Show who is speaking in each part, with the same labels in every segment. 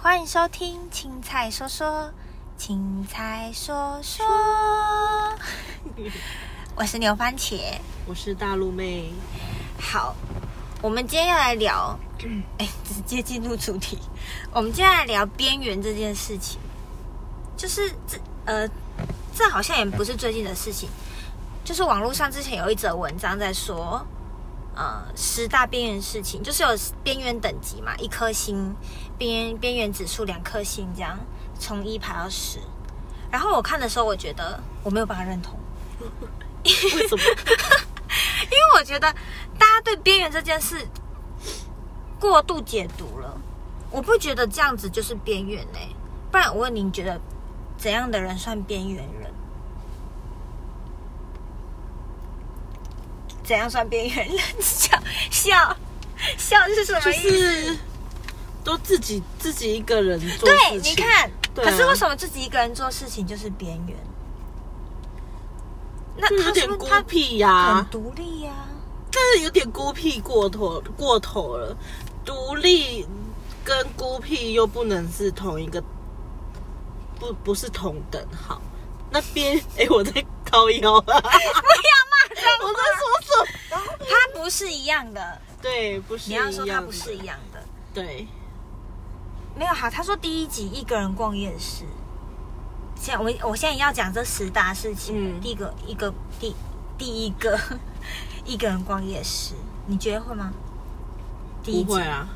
Speaker 1: 欢迎收听《青菜说说》，青菜说说，我是牛番茄。
Speaker 2: 我是大陆妹，
Speaker 1: 好，我们今天要来聊，哎，直接进入主题。我们今天来聊边缘这件事情，就是这呃，这好像也不是最近的事情，就是网络上之前有一则文章在说，呃，十大边缘事情，就是有边缘等级嘛，一颗星，边缘边缘指数两颗星这样，从一排到十。然后我看的时候，我觉得我没有办法认同。
Speaker 2: 为什么？
Speaker 1: 因为我觉得大家对边缘这件事过度解读了，我不觉得这样子就是边缘呢、不然我问您，觉得怎样的人算边缘人？怎样算边缘人？ 笑笑笑是什么
Speaker 2: 就
Speaker 1: 意思？
Speaker 2: 是都自己自己一个人做
Speaker 1: 对，
Speaker 2: 事
Speaker 1: 你
Speaker 2: 情。
Speaker 1: 看，
Speaker 2: 对
Speaker 1: 可是
Speaker 2: 啊
Speaker 1: 为什么自己一个人做事情就是边缘？那
Speaker 2: 就有
Speaker 1: 他是
Speaker 2: 点
Speaker 1: 不
Speaker 2: 孤
Speaker 1: 是他
Speaker 2: 僻啊呀、
Speaker 1: 很独立啊呀、
Speaker 2: 但是有点孤僻过头过头了。独立跟孤僻又不能是同一个，不不是同等号。那边 哎、我在高腰啊！不要 骂人！我在说什么？
Speaker 1: 他不是一样的。
Speaker 2: 对，不是
Speaker 1: 你要说
Speaker 2: 一
Speaker 1: 他
Speaker 2: 样
Speaker 1: 不是一样的，
Speaker 2: 对，
Speaker 1: 没有好。他说第一集一个人逛夜市，现在我我现在要讲这十大事情，
Speaker 2: 嗯
Speaker 1: 第一个一个第第一个 一个人逛夜市，你觉得会吗？第一
Speaker 2: 不
Speaker 1: 集
Speaker 2: 会，啊，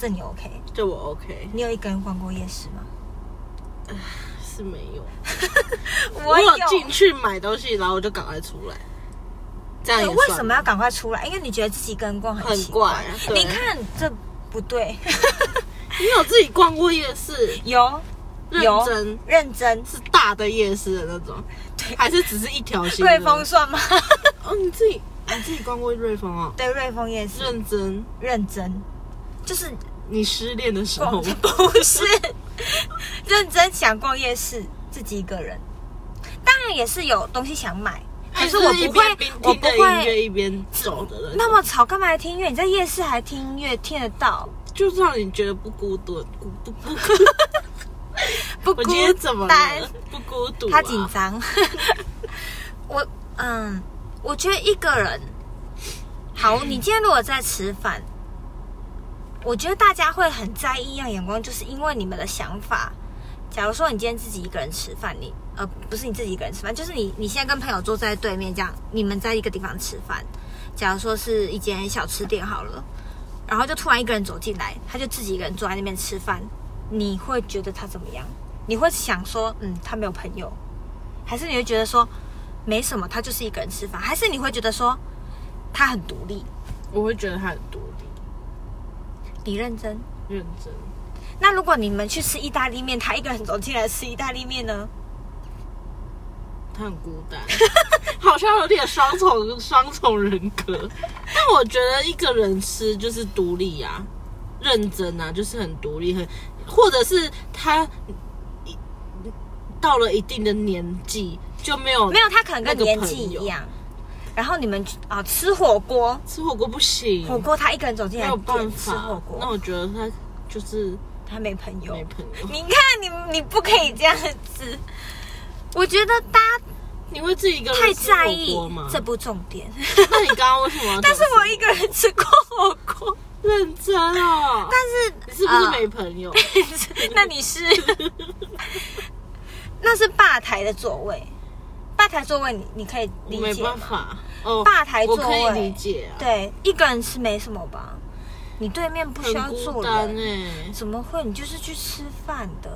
Speaker 1: 这你 OK？
Speaker 2: 对我 OK
Speaker 1: 你有一个人逛过夜市吗？
Speaker 2: 是没有。
Speaker 1: 我
Speaker 2: 有进去买东西，然后我就赶快出来，这样
Speaker 1: 对
Speaker 2: 也
Speaker 1: 为
Speaker 2: 算
Speaker 1: 什么要赶快出来？因为你觉得自己一个人逛很
Speaker 2: 很
Speaker 1: 奇
Speaker 2: 怪
Speaker 1: 怪
Speaker 2: 啊？
Speaker 1: 你
Speaker 2: 对
Speaker 1: 看这不 对，
Speaker 2: 你有自己逛过夜市，
Speaker 1: 有
Speaker 2: 认
Speaker 1: 有
Speaker 2: 真
Speaker 1: 认真，
Speaker 2: 是大的夜市的那种，还是只是一条心的？
Speaker 1: 瑞丰算 吗？
Speaker 2: 哦，你自己你自己逛过瑞丰哦，
Speaker 1: 对，瑞丰夜市
Speaker 2: 认真。
Speaker 1: 认真，就是
Speaker 2: 你失恋的时
Speaker 1: 逛
Speaker 2: 候，
Speaker 1: 不是认真想逛夜市，自己一个人，当然也是有东西想买，可是我
Speaker 2: 一
Speaker 1: 不会
Speaker 2: 边边，
Speaker 1: 我
Speaker 2: 听
Speaker 1: 不
Speaker 2: 着音乐
Speaker 1: 会
Speaker 2: 一边走的人，
Speaker 1: 那么吵，干嘛来听音乐？你在夜市还听音乐，听得到？
Speaker 2: 就让你觉得不孤独，不不 不，
Speaker 1: 不
Speaker 2: 我
Speaker 1: 孤
Speaker 2: 今天怎么
Speaker 1: 单
Speaker 2: 了？，不孤独啊？
Speaker 1: 他紧张。 我嗯，我觉得一个人，好，你今天如果在吃饭，呃我觉得大家会很在意异样眼光，就是因为你们的想法。假如说你今天自己一个人吃饭，你呃不是你自己一个人吃饭，就是你你现在跟朋友坐在对面这样，你们在一个地方吃饭，假如说是一间小吃店好了，然后就突然一个人走进来，他就自己一个人坐在那边吃饭，你会觉得他怎么样？你会想说，嗯，他没有朋友，还是你会觉得说没什么，他就是一个人吃饭，还是你会觉得说他很独立？
Speaker 2: 我会觉得他很独立，
Speaker 1: 你认真？
Speaker 2: 认真。
Speaker 1: 那如果你们去吃意大利面，他一个人走进来吃意大利面呢？
Speaker 2: 他很孤单， 好像有点双重双重人格。但我觉得一个人吃就是独立啊，认真啊，就是很独立，很或者是他一到了一定的年纪就没有
Speaker 1: 没有，他可能
Speaker 2: 哦那
Speaker 1: 跟
Speaker 2: 个
Speaker 1: 年纪
Speaker 2: 朋友
Speaker 1: 一样。然后你们去啊、吃火锅，
Speaker 2: 吃火锅不行，
Speaker 1: 火锅他一个人走进
Speaker 2: 嗯没
Speaker 1: 来
Speaker 2: 有办
Speaker 1: 点吃火
Speaker 2: 法。那
Speaker 1: 锅，
Speaker 2: 我觉得他就是
Speaker 1: 他没朋友。
Speaker 2: 没朋友，
Speaker 1: 你看你你不可以这样子，我觉得大家
Speaker 2: 你会自己一个
Speaker 1: 太
Speaker 2: 人吃
Speaker 1: 在
Speaker 2: 火
Speaker 1: 意
Speaker 2: 锅吗？
Speaker 1: 这不重点。
Speaker 2: 那你刚刚为什么要讲？
Speaker 1: 但是我一个人吃过火锅，
Speaker 2: 认真哦，
Speaker 1: 但是
Speaker 2: 你 是不是
Speaker 1: 呃
Speaker 2: 没朋友？
Speaker 1: 那你是？ 那是吧台的座位，吧台座位你你可以
Speaker 2: 我
Speaker 1: 理
Speaker 2: 没
Speaker 1: 解
Speaker 2: 办
Speaker 1: 吗？
Speaker 2: 法哦，
Speaker 1: 吧台座
Speaker 2: 我
Speaker 1: 位
Speaker 2: 可以理解啊，
Speaker 1: 对，一个人吃没什么吧？你对面不需要
Speaker 2: 很孤
Speaker 1: 坐
Speaker 2: 单
Speaker 1: 人，
Speaker 2: 哎、
Speaker 1: 怎么会？你就是去吃饭的。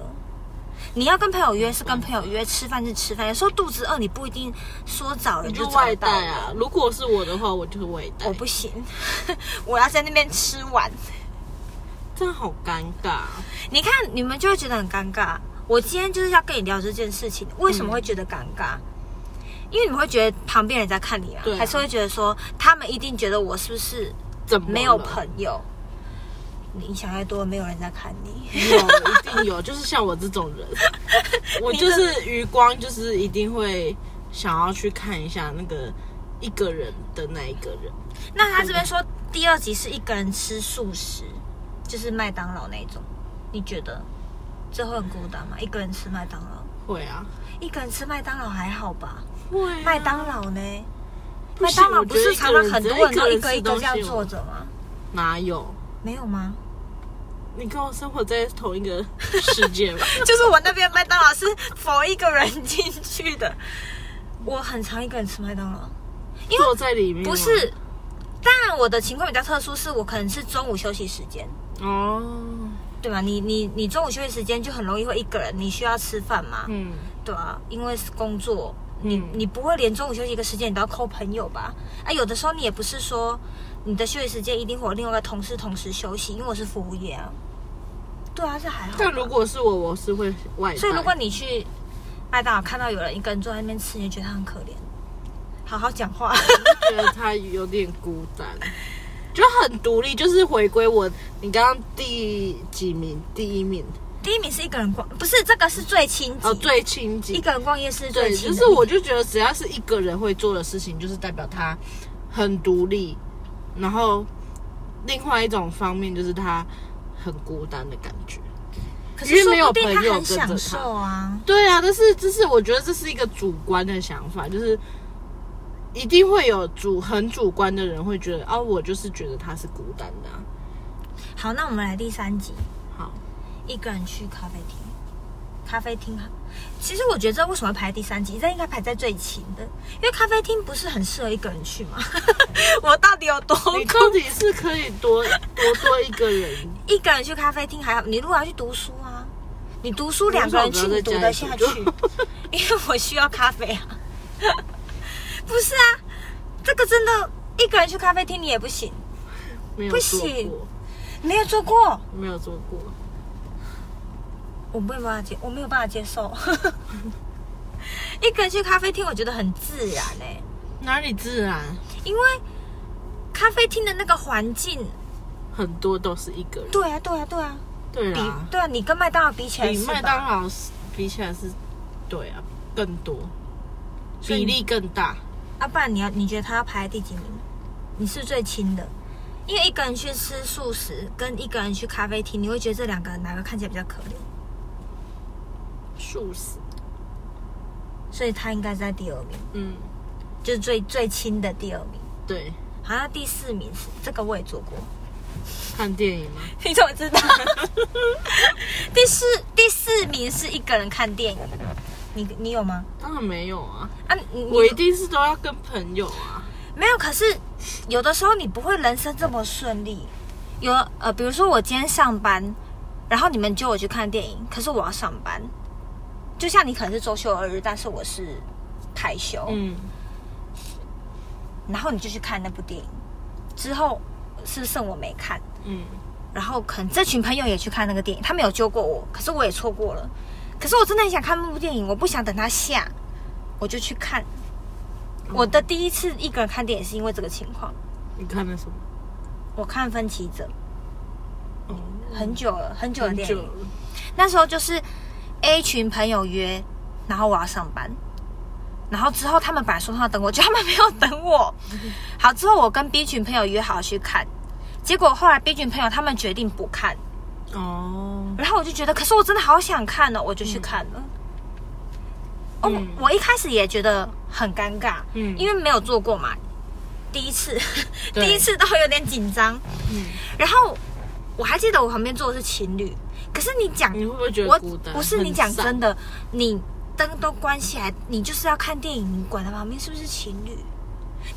Speaker 1: 你要跟朋友约是跟朋友约，吃饭是吃饭。有时候肚子饿，你不一定说找人
Speaker 2: 你
Speaker 1: 就
Speaker 2: 就
Speaker 1: 找
Speaker 2: 外
Speaker 1: 到
Speaker 2: 带啊。如果是我的话，我就外带。
Speaker 1: 我不行， 我要在那边吃完。
Speaker 2: 这样好尴尬。啊
Speaker 1: 你看，你们就会觉得很尴尬。我今天就是要跟你聊这件事情，为什么会觉得尴尬？因为你们会觉得旁边人在看嗯你啊，
Speaker 2: 对啊
Speaker 1: 还是会觉得说他们一定觉得我是不是
Speaker 2: 怎么了
Speaker 1: 没有朋友？你想太多了，没有人在看 你。
Speaker 2: 有一定有，就是像我这种 人，我就是余光，就是一定会想要去看一下那个一个人的那一个人。
Speaker 1: 那他这边说第二集是一个人吃素食，就是麦当劳那种，你觉得这会很孤单吗？一个人吃麦当劳，
Speaker 2: 会啊，
Speaker 1: 一个人吃麦当劳还好吧？
Speaker 2: 会啊
Speaker 1: 麦当劳呢？
Speaker 2: 不
Speaker 1: 麦
Speaker 2: 行
Speaker 1: 当劳不是常常很多人都一个一个这样坐？
Speaker 2: 我觉得人只要人吃东西
Speaker 1: 着吗？
Speaker 2: 我哪有？
Speaker 1: 没有吗？
Speaker 2: 你跟我生活在同一个世界吧？
Speaker 1: 就是我那边麦当劳是否一个人进去的，我很常一个人吃麦当劳， 因为
Speaker 2: 坐在里面吗
Speaker 1: 不是。当然，我的情况比较特殊，是我可能是中午休息时间，
Speaker 2: 哦，
Speaker 1: 对吧？你你你中午休息时间就很容易会一个人，你需要吃饭嘛，
Speaker 2: 嗯，
Speaker 1: 对啊，因为是工作，你、
Speaker 2: 嗯
Speaker 1: 你不会连中午休息一个时间你都要扣朋友吧？啊，有的时候你也不是说你的休息时间一定会有另外一个同事同时休息，因为我是服务业啊，对啊，这还好吧。
Speaker 2: 但如果是我，我是会外带。
Speaker 1: 所以如果你去麦当劳看到有人一个人坐在那边吃，你就觉得他很可怜。好好讲 话，
Speaker 2: 觉得他有点孤单，就很独立，就是回归我你刚刚第几名？第一名
Speaker 1: 第一名是一个人逛，不是这个是最亲近
Speaker 2: 哦，最亲
Speaker 1: 一
Speaker 2: 近。
Speaker 1: 个人逛夜市是
Speaker 2: 对，
Speaker 1: 最亲
Speaker 2: 就
Speaker 1: 近。
Speaker 2: 是我就觉得只要是一个人会做的事情，就是代表他很独立。然后另外一种方面就是他很孤单的感觉。
Speaker 1: 可是
Speaker 2: 因为没
Speaker 1: 说
Speaker 2: 有
Speaker 1: 不定他
Speaker 2: 朋友
Speaker 1: 很
Speaker 2: 跟着
Speaker 1: 享
Speaker 2: 他
Speaker 1: 受啊。
Speaker 2: 对啊，但是这是我觉得这是一个主观的想法，就是一定会有主很主观的人会觉得啊，我就是觉得他是孤单的啊、
Speaker 1: 好，那我们来第三集，
Speaker 2: 好，
Speaker 1: 一个人去咖啡厅。咖啡厅很，其实我觉得这为什么排第三集，这应该排在最前的，因为咖啡厅不是很适合一个人去吗？我到底有多
Speaker 2: 你到底是可以多多多一个人，
Speaker 1: 一个人去咖啡厅还好，你如果要去读书啊，你读书两个人去，你读得下去？ 因为我需要咖啡啊。 不是啊，这个真的一个人去咖啡厅你也不行，
Speaker 2: 没有
Speaker 1: 不
Speaker 2: 做
Speaker 1: 行
Speaker 2: 过，
Speaker 1: 没有做过，
Speaker 2: 没有做过，
Speaker 1: 我没有办法接，我没有办法接受。 一个人去咖啡厅，我觉得很自然哎、
Speaker 2: 哪里自然？
Speaker 1: 因为咖啡厅的那个环境，
Speaker 2: 很多都是一个人，
Speaker 1: 对啊，对啊，对啊，
Speaker 2: 对
Speaker 1: 比
Speaker 2: 啊，
Speaker 1: 对啊，你跟麦当劳比起来
Speaker 2: 比
Speaker 1: 是吧
Speaker 2: 麦当劳是比起来是，对啊，更多，
Speaker 1: 所以你
Speaker 2: 比例更大。
Speaker 1: 啊，不然你要你觉得他要排第几名？你是最轻的，因为一个人去吃素食跟一个人去咖啡厅，你会觉得这两个哪个看起来比较可怜，
Speaker 2: 素食，
Speaker 1: 所以他应该是在第二名，
Speaker 2: 嗯，
Speaker 1: 就是最最轻的第二名。
Speaker 2: 对，
Speaker 1: 好像第四名是这个我也做过，
Speaker 2: 看电影吗？
Speaker 1: 你怎么知道？ 第四第四名是一个人看电影，你你有吗？
Speaker 2: 当然没有啊，
Speaker 1: 啊，你你
Speaker 2: 我一定是都要跟朋友啊。
Speaker 1: 没有，可是有的时候你不会人生这么顺利。有呃，比如说我今天上班，然后你们叫我去看电影，可是我要上班。就像你可能是周休二日，但是我是开休，
Speaker 2: 嗯，
Speaker 1: 然后你就去看那部电影，之后是剩我没看，
Speaker 2: 嗯，
Speaker 1: 然后可能这群朋友也去看那个电影，他们有揪过我，可是我也错过了。可是我真的很想看那部电影，我不想等它下，我就去看。我的第一次一个人看电影是因为这个情况，
Speaker 2: 你看了什么？
Speaker 1: 我看《分歧者》。
Speaker 2: 哦，
Speaker 1: 很久了，很久的
Speaker 2: 很
Speaker 1: 电
Speaker 2: 久
Speaker 1: 影。
Speaker 2: 了，
Speaker 1: 那时候就是 A 群朋友约，然后我要上班，然后之后他们本来说他要等我，就他们没有等我。 好，之后我跟 B 群朋友约好去看，结果后来 B 群朋友他们决定不看，
Speaker 2: 哦，
Speaker 1: 然后我就觉得，可是我真的好想看哦，我就去看了。哦，
Speaker 2: 嗯
Speaker 1: 我一开始也觉得很尴尬，
Speaker 2: 嗯
Speaker 1: 因为没有做过嘛，第一次，
Speaker 2: 对
Speaker 1: 第一次都有点紧张。
Speaker 2: 嗯，
Speaker 1: 然后我还记得我旁边坐的是情侣，可是你讲
Speaker 2: 你会不会觉
Speaker 1: 我
Speaker 2: 得孤单？
Speaker 1: 不是你讲真
Speaker 2: 的，
Speaker 1: 的，你灯都关起来，你就是要看电影，你管他旁边是不是情侣，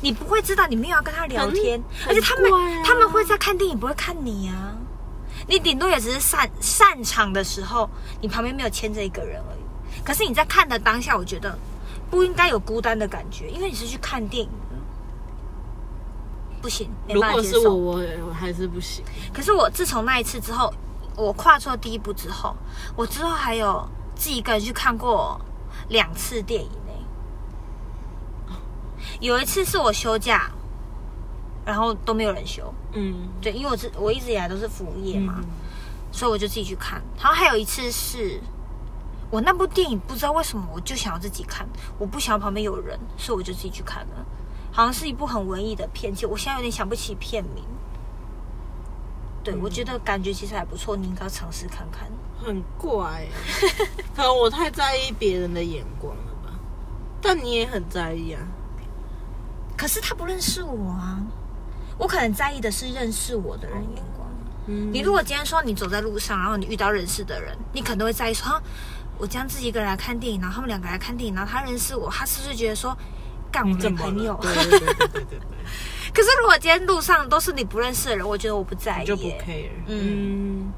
Speaker 1: 你不会知道你没有要跟他聊天，
Speaker 2: 很
Speaker 1: 而且他们、
Speaker 2: 很怪啊
Speaker 1: 他们会在看电影，不会看你啊。你顶多也只是散散场的时候，你旁边没有牵着一个人而已。可是你在看的当下，我觉得不应该有孤单的感觉，因为你是去看电影的。不行，没
Speaker 2: 如
Speaker 1: 办法
Speaker 2: 果
Speaker 1: 接
Speaker 2: 是
Speaker 1: 受。
Speaker 2: 我，我我还是不行。
Speaker 1: 可是我自从那一次之后，我跨出了第一步之后，我之后还有自己一个人去看过两次电影呢、有一次是我休假，然后都没有人休，
Speaker 2: 嗯，
Speaker 1: 对，因为我是我一直以来都是服务业嘛，
Speaker 2: 嗯
Speaker 1: 所以我就自己去看。然后还有一次是。我那部电影不知道为什么，我就想要自己看，我不想要旁边有人，所以我就自己去看了。好像是一部很文艺的片，其实我现在有点想不起片名。对，我觉得感觉其实还不错，你应该要尝试看看。
Speaker 2: 很怪欸、可能我太在意别人的眼光了吧？但你也很在意啊。
Speaker 1: 可是他不认识我啊，我可能在意的是认识我的人眼光。
Speaker 2: 嗯
Speaker 1: 你如果今天说你走在路上，然后你遇到认识的人，你可能会在意说，啊我这样自己一个人来看电影，然后他们两个来看电影，然后他认识我，他是不是觉得说，干我
Speaker 2: 你
Speaker 1: 们
Speaker 2: 怎
Speaker 1: 的
Speaker 2: 么了
Speaker 1: 朋友？
Speaker 2: 对对对对对对对，
Speaker 1: 可是如果今天路上都是你不认识的人，我觉得我不在
Speaker 2: 你
Speaker 1: 意
Speaker 2: 就不嗯
Speaker 1: 耶
Speaker 2: care。嗯
Speaker 1: 嗯，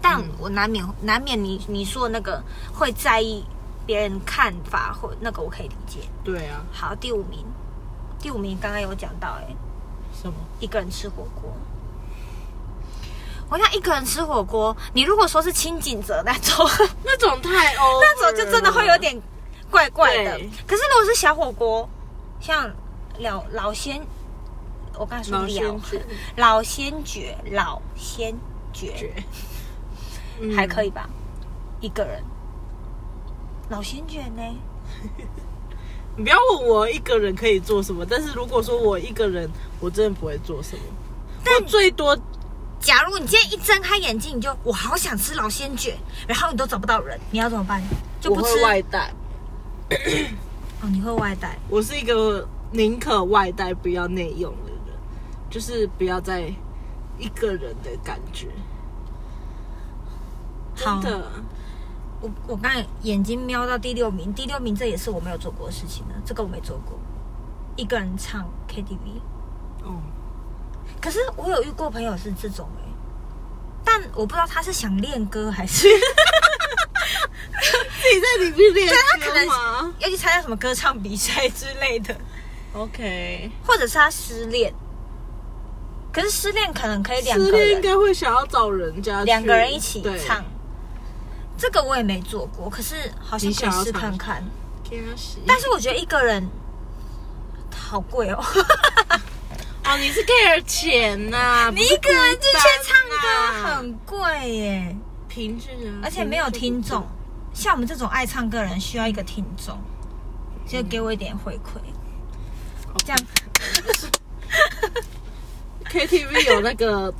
Speaker 1: 但我难免难免你你说那个会在意别人看法，或那个我可以理解。
Speaker 2: 对啊，
Speaker 1: 好，第五名，第五名刚刚有讲到、欸，哎，
Speaker 2: 什么？
Speaker 1: 一个人吃火锅。我想一个人吃火锅，你如果说是清景泽那种，
Speaker 2: 那种太 over
Speaker 1: 那种就真的会有点怪怪的
Speaker 2: 对。
Speaker 1: 可是如果是小火锅，像老老仙，我刚才说
Speaker 2: 老
Speaker 1: 了
Speaker 2: 先觉
Speaker 1: 老仙爵，老仙爵
Speaker 2: 觉，嗯
Speaker 1: 还可以。吧？一个人，老仙爵呢？
Speaker 2: 你不要问我一个人可以做什么，但是如果说我一个人，我真的不会做什么。我最多
Speaker 1: 假如你今天一睁开眼睛，你就我好想吃老仙卷，然后你都找不到人，你要怎么办？就
Speaker 2: 我
Speaker 1: 不吃
Speaker 2: 会外带，
Speaker 1: 哦，你会外带。
Speaker 2: 我是一个宁可外带不要内用的人，就是不要再一个人的感觉。真
Speaker 1: 好
Speaker 2: 的，
Speaker 1: 我我刚才眼睛瞄到第六名，第六名这也是我没有做过的事情呢，这个我没做过，一个人唱 KTV。
Speaker 2: 哦，
Speaker 1: 可是我有遇过朋友是这种哎、但我不知道他是想练歌还是
Speaker 2: 自己在里面练
Speaker 1: 他可
Speaker 2: 歌吗
Speaker 1: 能要去参加什么歌唱比赛之类的，
Speaker 2: ？OK，
Speaker 1: 或者是他失恋。可是失恋可能可以两
Speaker 2: 失
Speaker 1: 个
Speaker 2: 恋应
Speaker 1: 人。
Speaker 2: 该会想要找人家去
Speaker 1: 两个人一起
Speaker 2: 对
Speaker 1: 唱。这个我也没做过，可是好像
Speaker 2: 你
Speaker 1: 可
Speaker 2: 想
Speaker 1: 以
Speaker 2: 要
Speaker 1: 试看
Speaker 2: 尝
Speaker 1: 看。
Speaker 2: 给他洗
Speaker 1: 但是我觉得一个人好贵 哦，
Speaker 2: 哦，你是 care 钱呐、
Speaker 1: 你一个人进去唱歌
Speaker 2: 很
Speaker 1: 很贵耶，
Speaker 2: 平均啊，
Speaker 1: 而且没有听众。像我们这种爱唱歌的人，需要一个听众，就给我一点回馈。 这样
Speaker 2: KTV 有那 个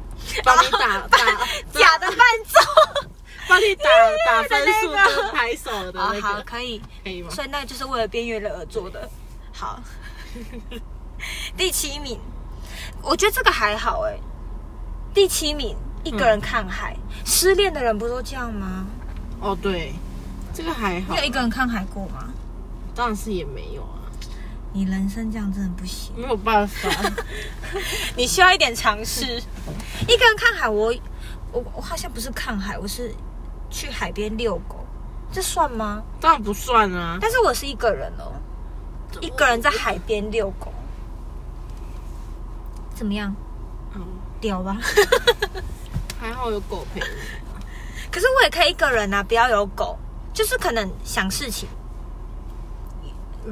Speaker 2: 帮你打打
Speaker 1: 哦假的伴奏，
Speaker 2: 帮 你打打分数
Speaker 1: 那个
Speaker 2: 跟拍手的
Speaker 1: 哦
Speaker 2: 那
Speaker 1: 好
Speaker 2: 个，
Speaker 1: 可以，
Speaker 2: 可以吗？
Speaker 1: 所以那就是为了边缘人而做的。 好，第七名，我觉得这个还好哎、第七名，一个人看海，失恋的人不都这样吗？
Speaker 2: 哦，对，这个还好
Speaker 1: 你有，一个人看海过吗？
Speaker 2: 当然是也没有啊，
Speaker 1: 你人生这样真的不行，
Speaker 2: 没有办 法。
Speaker 1: 你需要一点尝试。一个人看海，我我我好像不是看海，我是去海边遛狗，这算吗？
Speaker 2: 当然不算啊，
Speaker 1: 但是我是一个人哦，一个人在海边遛狗，怎么样？
Speaker 2: 嗯，
Speaker 1: 屌吧？
Speaker 2: 还好有狗陪我。
Speaker 1: 可是我也可以一个人啊，不要有狗，就是可能想事情，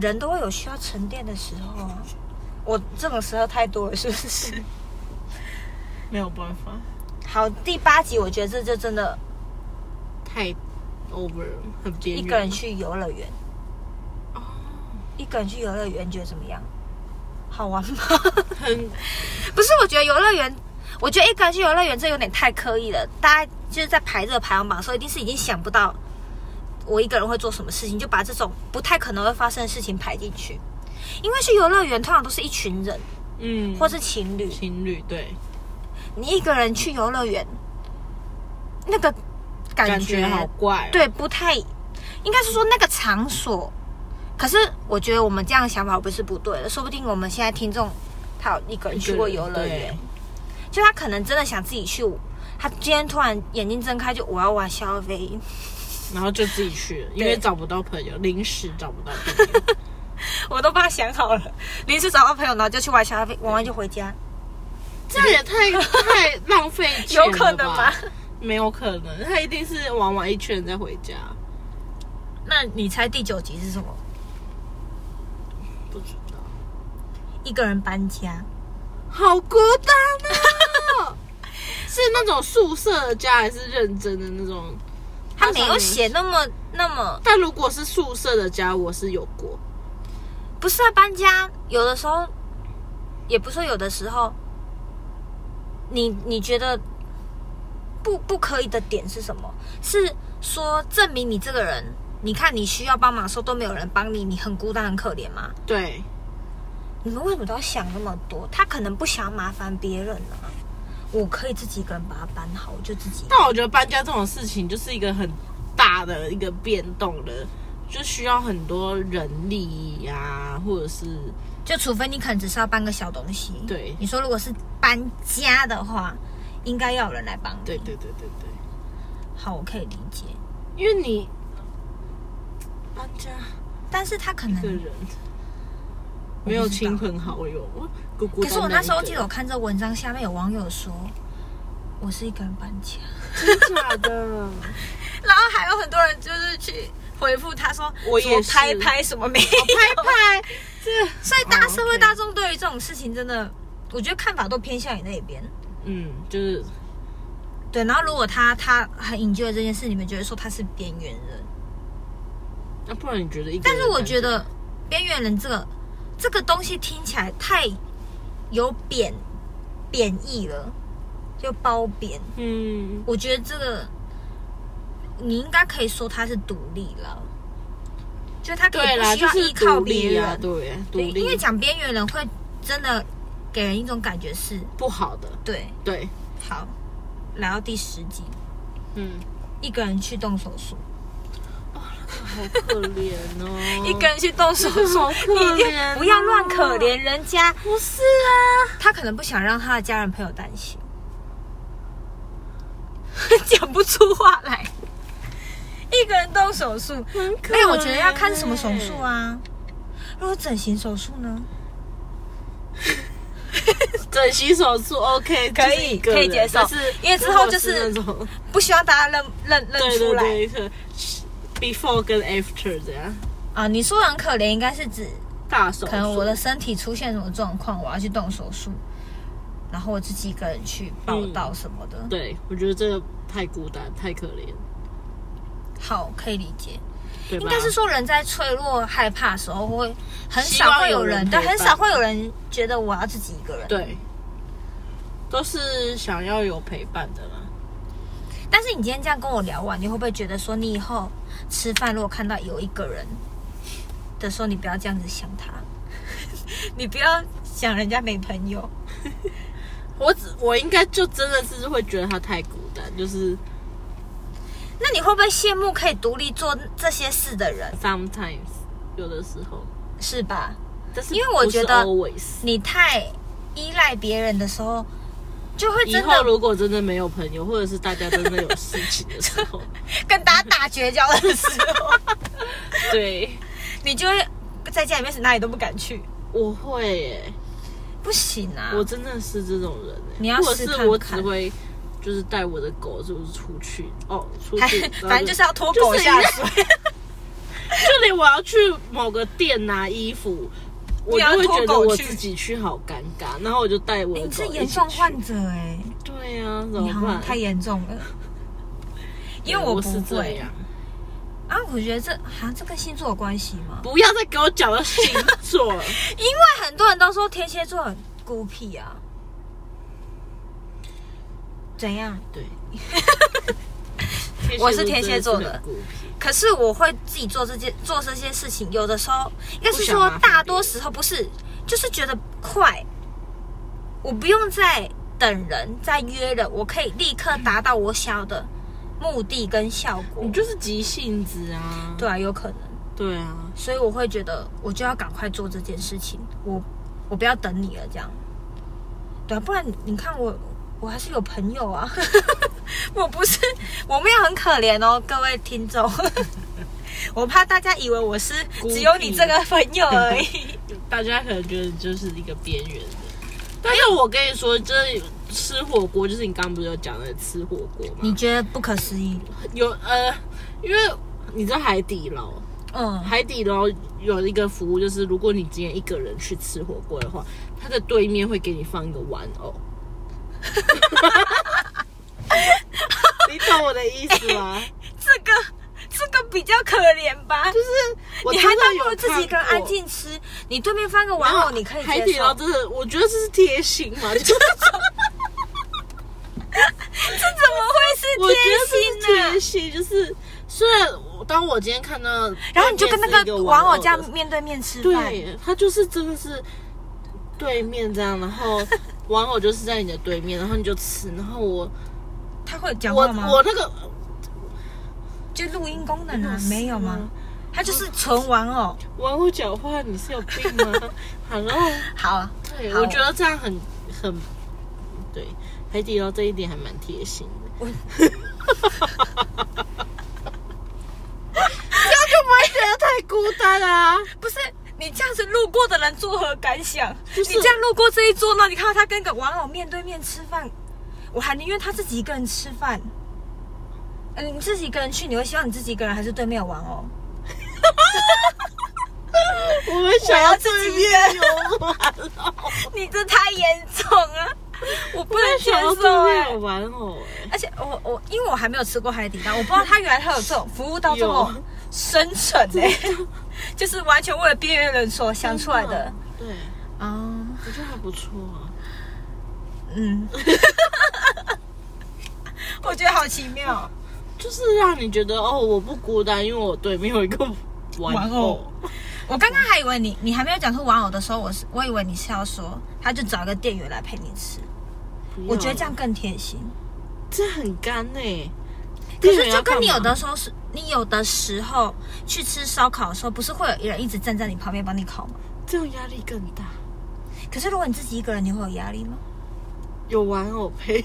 Speaker 1: 人都会有需要沉淀的时候啊。我这种时候太多了，是不是？
Speaker 2: 没有办法，
Speaker 1: 好，第八集我觉得这就真的
Speaker 2: 太 over 了，很边
Speaker 1: 一
Speaker 2: 缘
Speaker 1: 个人去游乐园，
Speaker 2: 哦
Speaker 1: 一个人去游乐园觉得怎么样？好玩吗？
Speaker 2: 很
Speaker 1: 不是，我觉得游乐园，我觉得一个人去游乐园这有点太刻意了。大家就是在排这个排行榜的时候，一定是已经想不到我一个人会做什么事情，就把这种不太可能会发生的事情排进去。因为去游乐园通常都是一群人
Speaker 2: 嗯，
Speaker 1: 或是情侣，
Speaker 2: 情侣对，
Speaker 1: 你一个人去游乐园，那个感
Speaker 2: 感
Speaker 1: 觉
Speaker 2: 觉好怪哦。
Speaker 1: 对，不太，应该是说那个场所。可是我觉得我们这样的想法不是不对的，说不定我们现在听众他有一个人去过游乐园，就他可能真的想自己去，他今天突然眼睛睁开就我要玩消费，
Speaker 2: 然后就自己去了，因
Speaker 1: 对
Speaker 2: 为找不到朋友，临时找不到朋友。
Speaker 1: 我都帮他想好了，临时找到朋友，然后就去玩消费，玩完就回家，
Speaker 2: 这样也太太浪费钱
Speaker 1: 有
Speaker 2: 了
Speaker 1: 可能吗
Speaker 2: 吧？？没有可能，他一定是玩完一圈再回家。
Speaker 1: 那你猜第九集是什么？
Speaker 2: 不知道，
Speaker 1: 一个人搬家，
Speaker 2: 好孤单啊！ 是那种宿舍的家，还是认真的那种？
Speaker 1: 他没有写那么那么
Speaker 2: 但如果是宿舍的家，我是有过。
Speaker 1: 不是啊，搬家有的时候，也不是说有的时候，你你觉得不不可以的点是什么？是说证明你这个人，你看你需要帮忙的时候都没有人帮你，你很孤单很可怜吗？
Speaker 2: 对，
Speaker 1: 你们为什么都要想那么多？他可能不想麻烦别人啊。我可以自己一个人把它搬好，我就自己。
Speaker 2: 但我觉得搬家这种事情就是一个很大的一个变动的，就需要很多人力呀、或者是
Speaker 1: 就除非你可能只是要搬个小东西。
Speaker 2: 对
Speaker 1: 你说如果是搬家的话，应该要有人来帮你。
Speaker 2: 对对对对对，
Speaker 1: 好，我可以理解。
Speaker 2: 因为你搬家
Speaker 1: 但是他可
Speaker 2: 一个
Speaker 1: 能，
Speaker 2: 人没有亲朋好友，我姑姑
Speaker 1: 可是我那时候记得我
Speaker 2: 有
Speaker 1: 看这文章，下面有网友说，我是一个人搬家，
Speaker 2: 真假的，
Speaker 1: 然后还有很多人就是去回复他说，
Speaker 2: 我
Speaker 1: 什么
Speaker 2: 也
Speaker 1: 拍
Speaker 2: 是
Speaker 1: 拍什么没有
Speaker 2: 拍拍这
Speaker 1: 所以大
Speaker 2: 哦
Speaker 1: 社会
Speaker 2: OK
Speaker 1: 大众对于这种事情真的，我觉得看法都偏向于那边。
Speaker 2: 嗯就是
Speaker 1: 对，然后如果他他很引咎这件事，你们觉得说他是边缘人，
Speaker 2: 那不然你觉得一个
Speaker 1: 但
Speaker 2: 人搬家？
Speaker 1: 是我觉得边缘人这个这个东西听起来太有贬贬义了，就褒贬。
Speaker 2: 嗯
Speaker 1: 我觉得这个你应该可以说他是独立了，就他可以
Speaker 2: 对
Speaker 1: 不
Speaker 2: 啦，
Speaker 1: 需
Speaker 2: 就
Speaker 1: 要
Speaker 2: 是
Speaker 1: 依靠
Speaker 2: 独立
Speaker 1: 别人。
Speaker 2: 啊，对，独
Speaker 1: 对，
Speaker 2: 立
Speaker 1: 因为讲边缘人会真的给人一种感觉是，
Speaker 2: 不好的，
Speaker 1: 对，
Speaker 2: 对，
Speaker 1: 好，来到第十集，
Speaker 2: 嗯。
Speaker 1: 一个人去动手 术，，
Speaker 2: 好可怜哦
Speaker 1: 人去动手
Speaker 2: 好可怜哦
Speaker 1: 你一定不要乱可怜人家。
Speaker 2: 不是啊，
Speaker 1: 他可能不想让他的家人朋友担心， 讲不出话来。一个人动手术，
Speaker 2: 很可
Speaker 1: 哎、
Speaker 2: 怜。
Speaker 1: 我觉得要看什么手术？啊？如果整形手术呢？
Speaker 2: 整形手术 OK，
Speaker 1: 可以
Speaker 2: 就是一个人
Speaker 1: 可以接受
Speaker 2: 但是
Speaker 1: 因为之后就是
Speaker 2: 如果是那种
Speaker 1: 不希望大家认认认
Speaker 2: 对
Speaker 1: 出
Speaker 2: 对
Speaker 1: 来
Speaker 2: 对可，before 跟 after 这样
Speaker 1: 啊。你说很可怜，应该是指
Speaker 2: 大手术，
Speaker 1: 可能我的身体出现什么状况，我要去动手术，然后我自己一个人去报道什么的。
Speaker 2: 对我觉得这个太孤单，太可怜，
Speaker 1: 好，可以理解。
Speaker 2: 对吧？
Speaker 1: 应该是说人在脆弱、害怕的时候会很
Speaker 2: 希
Speaker 1: 少
Speaker 2: 望
Speaker 1: 会有
Speaker 2: 有人
Speaker 1: 人，
Speaker 2: 陪
Speaker 1: 对，很
Speaker 2: 伴
Speaker 1: 少会有人觉得我要自己一个人。，
Speaker 2: 对，都是想要有陪伴的啦。
Speaker 1: 但是你今天这样跟我聊完，你会不会觉得说，你以后吃饭如果看到有一个人的时候，你不要这样子想他， 你不要想人家没朋友。
Speaker 2: 我只我应该就真的是会觉得他太孤单，就是
Speaker 1: 那你会不会羡慕可以独立做这些事的人，
Speaker 2: sometimes 有的时候，
Speaker 1: 是吧？
Speaker 2: 但是
Speaker 1: 因为我
Speaker 2: 不是
Speaker 1: 觉得
Speaker 2: always
Speaker 1: 你太依赖别人的时候，就会
Speaker 2: 以
Speaker 1: 真
Speaker 2: 后
Speaker 1: 的
Speaker 2: 如果真的没有朋友，或者是大家真的有事情的时 候，
Speaker 1: 跟大家打绝交的时候，
Speaker 2: 对，
Speaker 1: 你就会在家里面是哪里都不敢去。
Speaker 2: 我会、欸，
Speaker 1: 不行啊！
Speaker 2: 我真的是这种人、欸，
Speaker 1: 你要
Speaker 2: 或
Speaker 1: 试
Speaker 2: 者
Speaker 1: 看
Speaker 2: 是
Speaker 1: 看
Speaker 2: 我只会就是带我的狗就是出去哦，出
Speaker 1: 还
Speaker 2: 去，
Speaker 1: 反正就是要拖狗下水，
Speaker 2: 就连我要去某个店拿衣服。
Speaker 1: 你
Speaker 2: 我就
Speaker 1: 要
Speaker 2: 会
Speaker 1: 拖
Speaker 2: 觉得
Speaker 1: 狗
Speaker 2: 我
Speaker 1: 去
Speaker 2: 自己去好尴尬，然后我就带我的狗
Speaker 1: 你是
Speaker 2: 一起
Speaker 1: 严重
Speaker 2: 去
Speaker 1: 患者哎、
Speaker 2: 对啊，怎
Speaker 1: 你
Speaker 2: 么
Speaker 1: 好像
Speaker 2: 办？
Speaker 1: 太严重 了。因为
Speaker 2: 对我
Speaker 1: 不
Speaker 2: 是这
Speaker 1: 会
Speaker 2: 样，
Speaker 1: 啊，我觉得这好像这跟星座有关系吗？
Speaker 2: 不要再给我讲到星 座了。
Speaker 1: 因为很多人都说天蝎座很孤僻啊。怎样？
Speaker 2: 对，
Speaker 1: 我是天蝎座的
Speaker 2: 真是很孤僻
Speaker 1: 可是我会自己做这件做这些事情，有的时候应该是
Speaker 2: 不想麻
Speaker 1: 说
Speaker 2: 烦别人
Speaker 1: 大多时候不是，就是觉得快，我不用再等人再约了，我可以立刻达到我想要的目的跟效果
Speaker 2: 你。就是急性子啊。
Speaker 1: 对啊，有可能，
Speaker 2: 对啊，
Speaker 1: 所以我会觉得我就要赶快做这件事情，我我不要等你了，这样。对啊，不然你看我，我还是有朋友啊， 我不是我没有很可怜哦，各位听众， 我怕大家以为我是
Speaker 2: 孤僻
Speaker 1: 只有你这个朋友而 已。
Speaker 2: 大家可能觉得就是一个边缘的。但是我跟你说，这吃火锅就是你刚刚不是有讲的吃火锅吗？
Speaker 1: 你觉得不可思议？
Speaker 2: 有呃，因为你知道海底捞，
Speaker 1: 嗯，
Speaker 2: 海底捞有一个服务，就是如果你今天一个人去吃火锅的话，它的对面会给你放一个玩偶。 你懂我的意思吗？
Speaker 1: 这个这个比较可怜吧，就是
Speaker 2: 我
Speaker 1: 你
Speaker 2: 真
Speaker 1: 还
Speaker 2: 的
Speaker 1: 倒不
Speaker 2: 有
Speaker 1: 如自己一个人安
Speaker 2: 看过
Speaker 1: 静吃，你对面放个玩
Speaker 2: 然后
Speaker 1: 偶，你可以
Speaker 2: 海
Speaker 1: 接
Speaker 2: 底捞
Speaker 1: 受。
Speaker 2: 真的，我觉得这是贴心嘛，就是
Speaker 1: 这怎么会是
Speaker 2: 我觉得
Speaker 1: 贴
Speaker 2: 这是
Speaker 1: 心呢、
Speaker 2: 贴心，就是虽然我当我今天看到，
Speaker 1: 然后你就跟那
Speaker 2: 个
Speaker 1: 个玩偶
Speaker 2: 的
Speaker 1: 这样面对面吃饭，
Speaker 2: 对，他就是真的是对面这样，然后玩偶就是在你的对面，然后你就吃，然后我
Speaker 1: 他会讲
Speaker 2: 我
Speaker 1: 话吗？
Speaker 2: 我那个
Speaker 1: 就录音功能啊
Speaker 2: 有，事
Speaker 1: 没有吗
Speaker 2: 吗？
Speaker 1: 他就是纯玩偶。
Speaker 2: 玩偶讲话，你是有病 吗？Hello，
Speaker 1: 好，啊
Speaker 2: 对，
Speaker 1: 好
Speaker 2: 我觉得这样很很对，海底捞这一点还蛮贴心的。
Speaker 1: 我
Speaker 2: 就不会觉得太孤单啊？
Speaker 1: 不是你这样子路过的人作何感想？
Speaker 2: 就是
Speaker 1: 你这样路过这一桌呢，你看到他跟个玩偶面对面吃饭，我还宁愿他自己一个人吃饭。呃你自己一个人去，你会希望你自己一个人还是对面有玩偶？
Speaker 2: 我们想要对面有玩偶，
Speaker 1: 你这太严重了，我不 能接
Speaker 2: 想要
Speaker 1: 受
Speaker 2: 对
Speaker 1: 哎、
Speaker 2: 面有玩偶、欸，
Speaker 1: 而且我我因为我还没有吃过海底捞，我不知道他原来他有这种服务到这么
Speaker 2: 有
Speaker 1: 深沉哎、 就是完全为了边缘人所想出来的。
Speaker 2: 对，
Speaker 1: 哦，
Speaker 2: 我觉得还不错啊。
Speaker 1: 嗯， 我觉得好奇妙。
Speaker 2: 就是让你觉得哦，我不孤单，因为我对面有一个玩偶。
Speaker 1: 玩偶我刚刚还以为你你还没有讲出玩偶的时候，我是我以为你是要说他就找一个店员来陪你吃，
Speaker 2: 不要
Speaker 1: 我觉得这样更贴心。
Speaker 2: 这很干呢、
Speaker 1: 可是就跟你有
Speaker 2: 店员要干
Speaker 1: 的
Speaker 2: 嘛
Speaker 1: 时候是，你有的时候去吃烧烤的时候，不是会有人一直站在你旁边帮你烤吗？
Speaker 2: 这种压力更大，
Speaker 1: 可是如果你自己一个人，你会有压力吗？
Speaker 2: 有玩偶陪，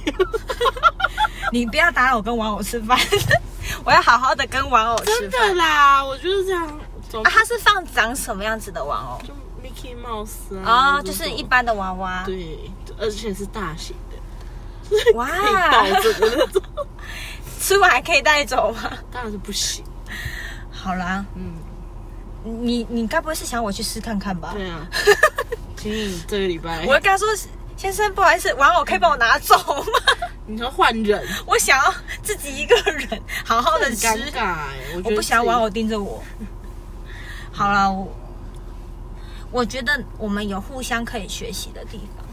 Speaker 1: 你不要打扰我跟玩偶吃饭， 我要好好的跟玩偶吃
Speaker 2: 真
Speaker 1: 饭。
Speaker 2: 的啦，我就是这样。总
Speaker 1: 啊，它是放长什么样子的玩偶？
Speaker 2: 就 Mickey Mouse 啊，
Speaker 1: 哦，就是
Speaker 2: 这种
Speaker 1: 一般的娃娃。
Speaker 2: 对，而且是大型的，
Speaker 1: 哇，
Speaker 2: 可以抱着的那 种，
Speaker 1: 吃完还可以带走吗？
Speaker 2: 当然是不行。
Speaker 1: 好啦，
Speaker 2: 嗯，
Speaker 1: 你你该不会是想我去试看看吧？
Speaker 2: 对啊， 请你这个礼拜
Speaker 1: 我会跟他说，先生，不好意思，玩偶可以帮我拿走 吗？
Speaker 2: 你说换人，
Speaker 1: 我想要自己一个人好好的
Speaker 2: 很
Speaker 1: 吃，
Speaker 2: 尴尬哎、
Speaker 1: 欸
Speaker 2: 我觉
Speaker 1: 我
Speaker 2: 得
Speaker 1: 不想要
Speaker 2: 自己
Speaker 1: 玩偶盯着我。好啦，我我觉得我们有互相可以学习的地方。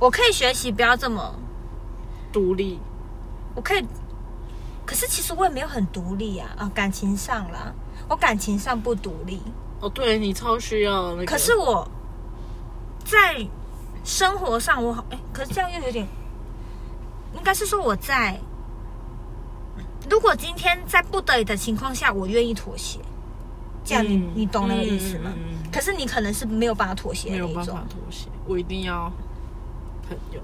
Speaker 1: 我可以学习不要这么，
Speaker 2: 独立，
Speaker 1: 我可以，可是其实我也没有很独立啊啊，感情上啦，我感情上不独立，
Speaker 2: 哦，对你超需要那个，
Speaker 1: 可是我在生活上我好，哎，可是这样又有点，应该是说我在，如果今天在不得已的情况下，我愿意妥协，这样你、
Speaker 2: 嗯
Speaker 1: 你懂那个意思吗？
Speaker 2: 嗯嗯嗯嗯
Speaker 1: 可是你可能是没有办法妥协的
Speaker 2: 没有
Speaker 1: 那
Speaker 2: 办
Speaker 1: 种
Speaker 2: 法，妥协，我一定要朋友，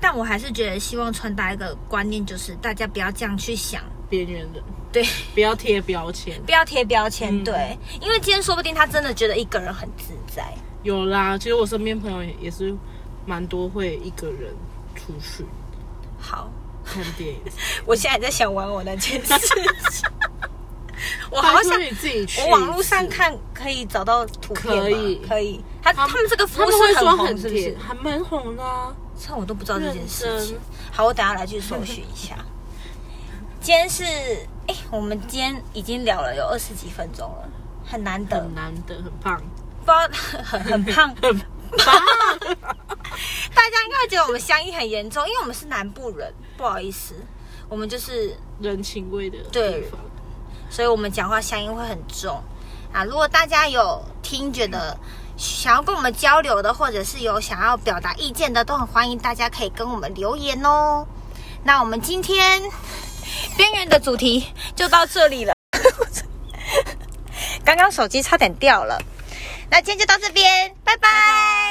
Speaker 1: 但我还是觉得希望传达一个观念，就是大家不要这样去想，
Speaker 2: 边缘人，
Speaker 1: 对，
Speaker 2: 不要贴标签。
Speaker 1: 不要贴标签，
Speaker 2: 嗯
Speaker 1: 对，因为今天说不定他真的觉得一个人很自在，
Speaker 2: 有啦，其实我身边朋友也也是蛮多会一个人出去
Speaker 1: 好。
Speaker 2: 看电影，
Speaker 1: 我现在在想玩我那件事情， 我好想
Speaker 2: 拜托你自己去一
Speaker 1: 我
Speaker 2: 次。
Speaker 1: 网络上看可以找到图片吗
Speaker 2: 可以
Speaker 1: 可以。他他
Speaker 2: 他
Speaker 1: 们这个服
Speaker 2: 他
Speaker 1: 务
Speaker 2: 们会
Speaker 1: 是
Speaker 2: 说
Speaker 1: 很红，
Speaker 2: 很
Speaker 1: 是不
Speaker 2: 甜，
Speaker 1: 是？
Speaker 2: 还蛮红的、啊。
Speaker 1: 这我都不知道这件事情
Speaker 2: 认。
Speaker 1: 好，我等下来去搜寻一下。今天是哎、我们今天已经聊了有二十几分钟了，很难得，
Speaker 2: 很难得，很棒，
Speaker 1: 不知道很很胖，
Speaker 2: 很棒。
Speaker 1: 大家应该会觉得我们乡音很严重，因为我们是南部人，不好意思，我们就是
Speaker 2: 人情味的
Speaker 1: 对
Speaker 2: 地方，
Speaker 1: 所以我们讲话乡音会很重啊。如果大家有听觉得想要跟我们交流的，或者是有想要表达意见的，都很欢迎大家可以跟我们留言哦。那我们今天边缘的主题就到这里了， 刚刚手机差点掉了。那今天就到这边，拜拜